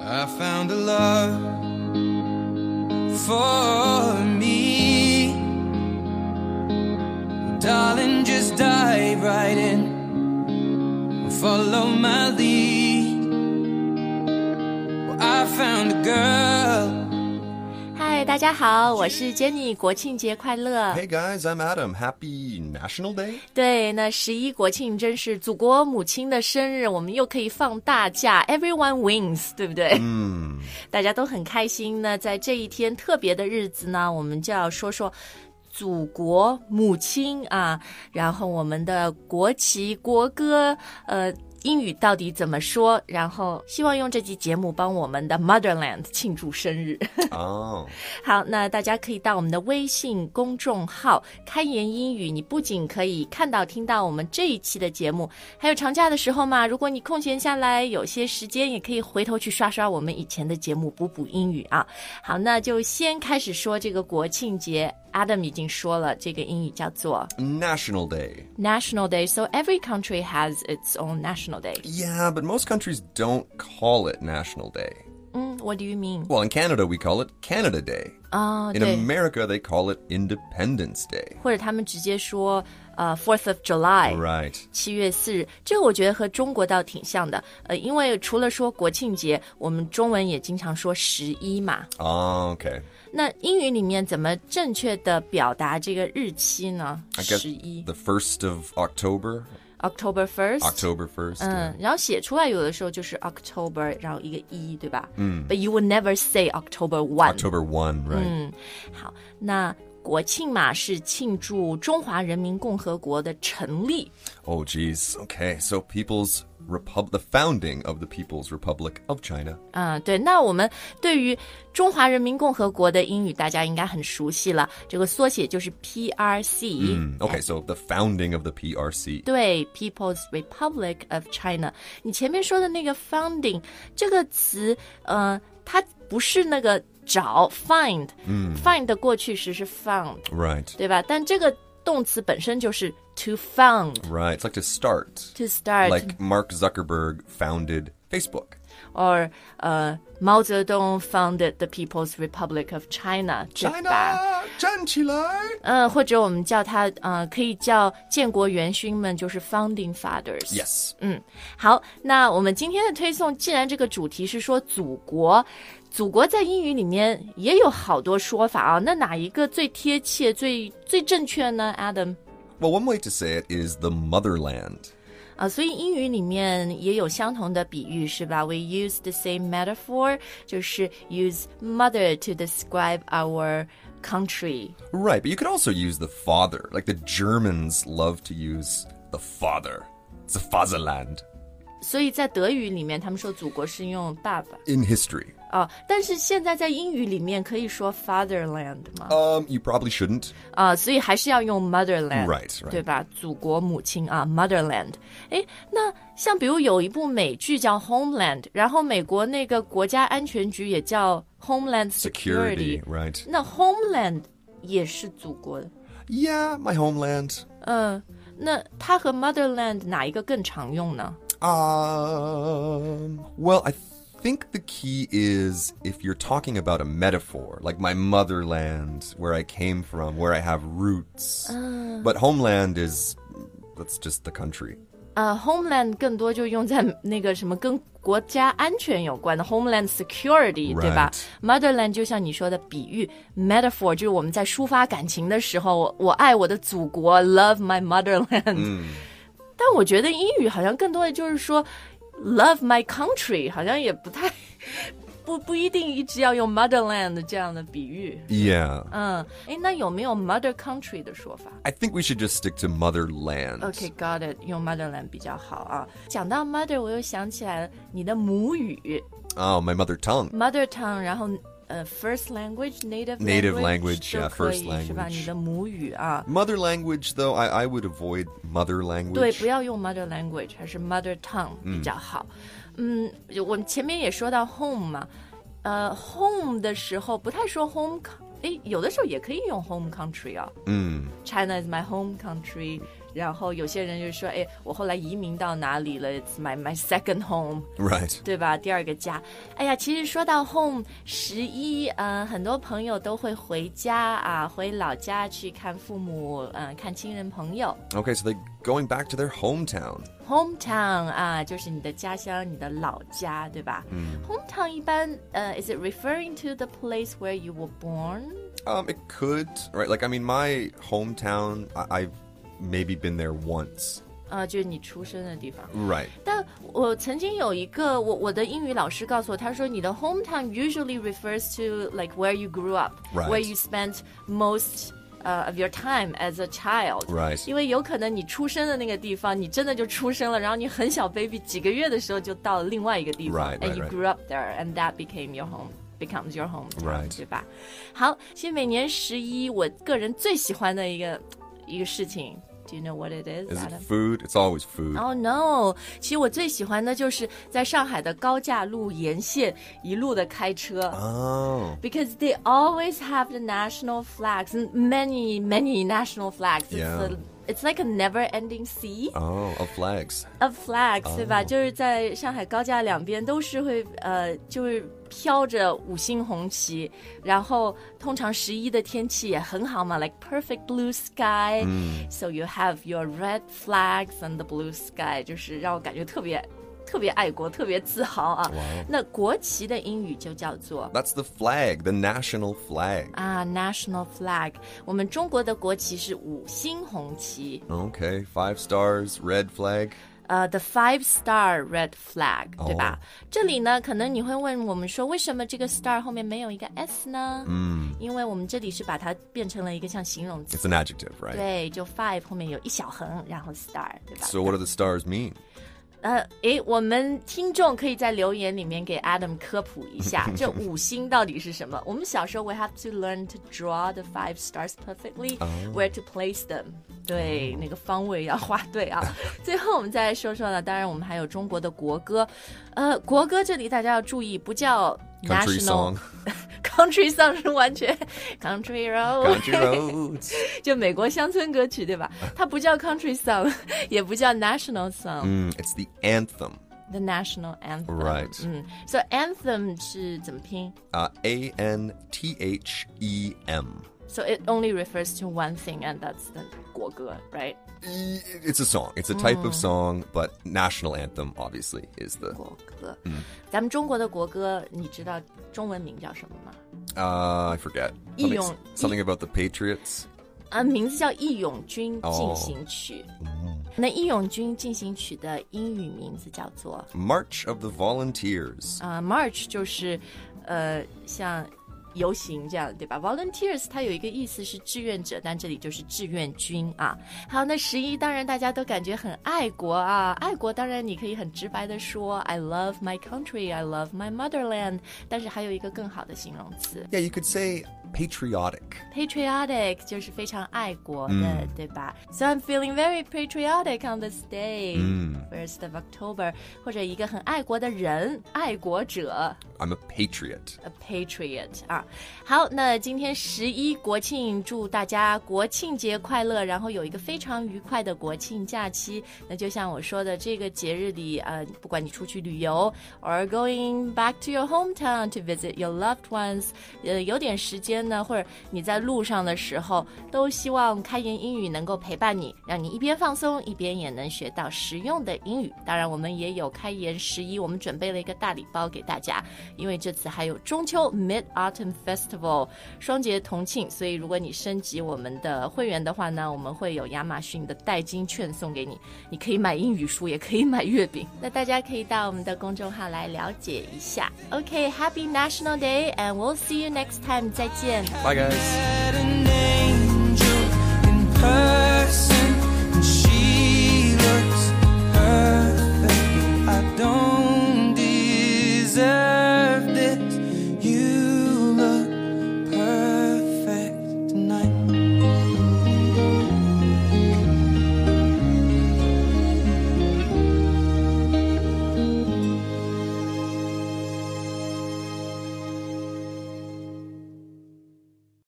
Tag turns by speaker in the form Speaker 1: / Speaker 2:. Speaker 1: I found a love for me. Darling, just dive right in. Follow my lead. Well, I found a girl.
Speaker 2: 嗨，大家好，我是 Jenny，国庆节快乐！
Speaker 3: Hey guys, I'm Adam. Happy National Day.
Speaker 2: 对，那十一国庆真是祖国母亲的生日，我们又可以放大假，Everyone wins，对不对？嗯，
Speaker 3: Hmm.
Speaker 2: 大家都很开心。那在这一天特别的日子呢，我们就要说说。祖国母亲啊，然后我们的国旗、国歌，呃，英语到底怎么说？然后希望用这期节目帮我们的 Motherland 庆祝生日。
Speaker 3: 哦，
Speaker 2: 好，那大家可以到我们的微信公众号“开言英语”，你不仅可以看到、听到我们这一期的节目，还有长假的时候嘛，如果你空闲下来有些时间，也可以回头去刷刷我们以前的节目，补补英语啊。好，那就先开始说这个国庆节。Adam 已经说了，这个英语叫做
Speaker 3: National Day.
Speaker 2: National Day，so every country has its own National Day。
Speaker 3: Yeah, but most countries don't call it National Day.
Speaker 2: 嗯，What do you mean？
Speaker 3: Well, in Canada, we call it Canada Day.
Speaker 2: 啊、
Speaker 3: In
Speaker 2: 对，
Speaker 3: America, they call it Independence Day.
Speaker 2: 或者他们直接说呃 Fourth of July。
Speaker 3: Right.
Speaker 2: 七月四日，这个我觉得和中国倒挺像的。呃，因为除了说国庆节，我们中文也经常说十一嘛。
Speaker 3: Oh, okay.
Speaker 2: 那英语里面怎么正确的表达这个日期呢？
Speaker 3: I guess
Speaker 2: 十一
Speaker 3: the 1st of October.
Speaker 2: October first。
Speaker 3: October 1st.
Speaker 2: 嗯
Speaker 3: yeah.，
Speaker 2: 然后写出来有的时候就是 October，然后一个一，对吧？嗯。But you would never say October one。
Speaker 3: October 1, right?
Speaker 2: 好，那国庆嘛是庆祝中华人民共和国的成立。
Speaker 3: Oh, geez. Okay, so People's Republic, the founding of the People's Republic of China.
Speaker 2: 嗯，对，那我们对于中华人民共和国的英语，大家应该很熟悉了，这个缩写就是 PRC，、
Speaker 3: Mm, Okay, so the founding of the PRC.
Speaker 2: 对，People's Republic of China。你前面说的那个 founding 这个词，呃，它不是那个找 find，嗯，find 的过去时是 found，
Speaker 3: Right.
Speaker 2: 对吧？但这个动词本身就是 to found，to
Speaker 3: Right. It's like to start.
Speaker 2: start，
Speaker 3: Like Mark Zuckerberg founded Facebook.
Speaker 2: or 呃，毛泽东 founded the People's Republic of China，对吧？呃，或者我们叫它呃，可以叫建国元勋们，就是 founding fathers。
Speaker 3: Yes.
Speaker 2: 嗯，好，那我们今天的推送，既然这个主题是说祖国，祖国在英语里面也有好多说法啊，那哪一个最贴切、最最正确呢？Adam？
Speaker 3: Well, one way to say it is the motherland.
Speaker 2: 啊，所以英语里面也有相同的比喻，是吧？We use the same metaphor，就是 use mother to describe our country。
Speaker 3: Right, but you could also use the father. Like the Germans love to use the father. It's the Fatherland
Speaker 2: 所以在德语里面，他们说祖国是用爸爸
Speaker 3: in history.
Speaker 2: 哦，但是现在在英语里面可以说 fatherland 吗？
Speaker 3: Um, you probably shouldn't.
Speaker 2: 啊、所以还是要用 motherland，
Speaker 3: Right, right.
Speaker 2: 对吧？祖国母亲啊，motherland。哎，那像比如有一部美剧叫 Homeland，然后美国那个国家安全局也叫 Homeland Security，,
Speaker 3: Security, right.
Speaker 2: 那 Homeland 也是祖国的，
Speaker 3: Yeah, my homeland.
Speaker 2: 嗯、那它和 motherland 哪一个更常用呢？
Speaker 3: Um, well, I think the key is if you're talking about a metaphor, like my motherland, where I came from, where I have roots. But homeland is that's just the country.
Speaker 2: 呃，homeland 更多就用在那个什么跟国家安全有关的 homeland security，、对吧
Speaker 3: Right.
Speaker 2: ？motherland 就像你说的比喻 metaphor，就是我们在抒发感情的时候，我我爱我的祖国，love my motherland。但我觉得英语好像更多的就是说 love my country，好像也不太 不不一定一直要用 motherland 这样的比喻。
Speaker 3: Yeah.
Speaker 2: 嗯，哎，那有没有 mother country 的说法？
Speaker 3: I think we should just stick to motherland.
Speaker 2: OK, got it. 用 motherland 比较好啊。讲到 mother，我又想起来了，你的母语
Speaker 3: Oh, my mother tongue.
Speaker 2: mother tongue，然后呃 first language, native
Speaker 3: Native
Speaker 2: language
Speaker 3: language,
Speaker 2: 都
Speaker 3: yeah,
Speaker 2: 可
Speaker 3: first
Speaker 2: 以是吧？
Speaker 3: language
Speaker 2: 你的母语啊，
Speaker 3: Mother language though, I, I would avoid mother
Speaker 2: 对，
Speaker 3: language.
Speaker 2: 不要用 mother language，还是 mother tongue 比较好。嗯，有我们前面也说到 home 嘛，呃，home 的时候不太说 home，哎，有的时候也可以用 home country 啊。
Speaker 3: Mm.
Speaker 2: China is my home country. 然后有些人就说，哎，我后来移民到哪里了？It's my my second home。
Speaker 3: Right.
Speaker 2: 对吧？第二个家，哎呀，其实说到 home 十一，嗯、很多朋友都会回家啊，回老家去看父母，嗯、看亲人朋友。
Speaker 3: Okay, so they're going back to their hometown.
Speaker 2: hometown 啊，就是你的家乡，你的老家，对吧？嗯，hometown 一般，呃、i s it referring to the place where you were born？
Speaker 3: Um, it could, right? Like, I mean, my hometown, I- I've maybe been there once.
Speaker 2: 啊、就是你出生的地方。
Speaker 3: Right.
Speaker 2: 但我曾经有一个我我的英语老师告诉我，他说你的 hometown usually refers to like where you grew up,
Speaker 3: Right.
Speaker 2: where you spent most. uh, of your time as a child,
Speaker 3: Right.
Speaker 2: 因为有可能你出生的那个地方，你真的就出生了，然后你很小 baby 几个月的时候就到了另外一个地方
Speaker 3: Right,
Speaker 2: and
Speaker 3: right,
Speaker 2: you
Speaker 3: right.
Speaker 2: grew up there, and that became your home. becomes your home，
Speaker 3: Right.
Speaker 2: 对吧？好，其实每年十一，我个人最喜欢的一个一个事情，Do you know what it is?
Speaker 3: Is
Speaker 2: Adam?
Speaker 3: it food? It's always food.
Speaker 2: Oh no！其实我最喜欢的就是在上海的高架路沿线一路的开车。
Speaker 3: Oh.
Speaker 2: Because they always have the national flags, and many, many national flags. It's,
Speaker 3: Yeah.
Speaker 2: a- it's like a never-ending sea
Speaker 3: Oh, of flags.
Speaker 2: of flags，、对吧？就是在上海高架两边都是会呃，就是飘着五星红旗，然后通常十一的天气也很好嘛，like perfect blue sky，、so you have your red flags and the blue sky，就是让我感觉特别特别爱国，特别自豪啊。那国旗的英语就叫做
Speaker 3: That's the flag, the national flag.
Speaker 2: 啊 national flag，我们中国的国旗是五星红旗，
Speaker 3: Okay, five stars, red flag.
Speaker 2: 呃、t h e five star red flag，、
Speaker 3: 哦
Speaker 2: 对吧？这里呢，可能你会问我们说，为什么这个 star 后面没有一个 s 呢？嗯，因为我们这里是把它变成了一个像形容词，
Speaker 3: It's an adjective, right?
Speaker 2: 对，就 five 后面有一小横，然后 star，对吧？
Speaker 3: So, what do the stars mean?
Speaker 2: 呃，诶，我们听众可以在留言里面给 Adam 科普一 下，这五星到底是什么？我们小时候 we have to learn to draw the five stars perfectly,、where
Speaker 3: 哦
Speaker 2: to place them。对，那个方位要画对啊。 最后我们再来说说呢，当然我们还有中国的国歌，呃，国歌这里大家要注意，不叫
Speaker 3: Country
Speaker 2: national
Speaker 3: song.
Speaker 2: country song 是完全 country road
Speaker 3: Country roads.
Speaker 2: 就美国乡村歌曲对吧？它不叫 country song，也 不叫 national song。
Speaker 3: Mm, it's the anthem.
Speaker 2: The national anthem.
Speaker 3: Right.
Speaker 2: 嗯，So anthem 是怎么拼
Speaker 3: Uh, A N T H E M.
Speaker 2: ？So it only refers to one thing, and that's the 国歌，right?
Speaker 3: E- It's a song. It's a type of song, but national anthem obviously is the
Speaker 2: 国歌。嗯，咱们中国的国歌，你知道中文名叫什么吗？
Speaker 3: uh, I forget something,
Speaker 2: Iyon-
Speaker 3: something about the Patriots.
Speaker 2: 啊，名字叫《义勇军进行曲》。那《义勇军进行曲》的英语名字叫做
Speaker 3: March of the Volunteers.
Speaker 2: 啊、m a r c h 就是呃像游行这样，对吧？Volunteers 它有一个意思是志愿者，但这里就是志愿军啊。好，那十一当然大家都感觉很爱国啊，爱国当然你可以很直白的说 I love my country, I love my motherland，但是还有一个更好的形容词
Speaker 3: Yeah, you could say patriotic.
Speaker 2: patriotic 就是非常爱国的，对吧？So I'm feeling very patriotic on this day,、first of October，或者一个很爱国的人，爱国者。
Speaker 3: I'm a patriot.
Speaker 2: a patriot 啊。好，那今天十一国庆，祝大家国庆节快乐，然后有一个非常愉快的国庆假期。那就像我说的，这个节日里，呃，不管你出去旅游，or going back to your hometown to visit your loved ones，呃，有点时间呢，或者你在路上的时候，都希望开言英语能够陪伴你，让你一边放松，一边也能学到实用的英语。当然，我们也有开言十一，我们准备了一个大礼包给大家，因为这次还有中秋 Mid Autumn Festival 双节同庆，所以如果你升级我们的会员的话呢，我们会有亚马逊的代金券送给你，你可以买英语书，也可以买月饼。那大家可以到我们的公众号来了解一下。OK，Happy、National Day，and we'll see you next time，再见。
Speaker 3: Bye guys.
Speaker 1: Had an angel in purple.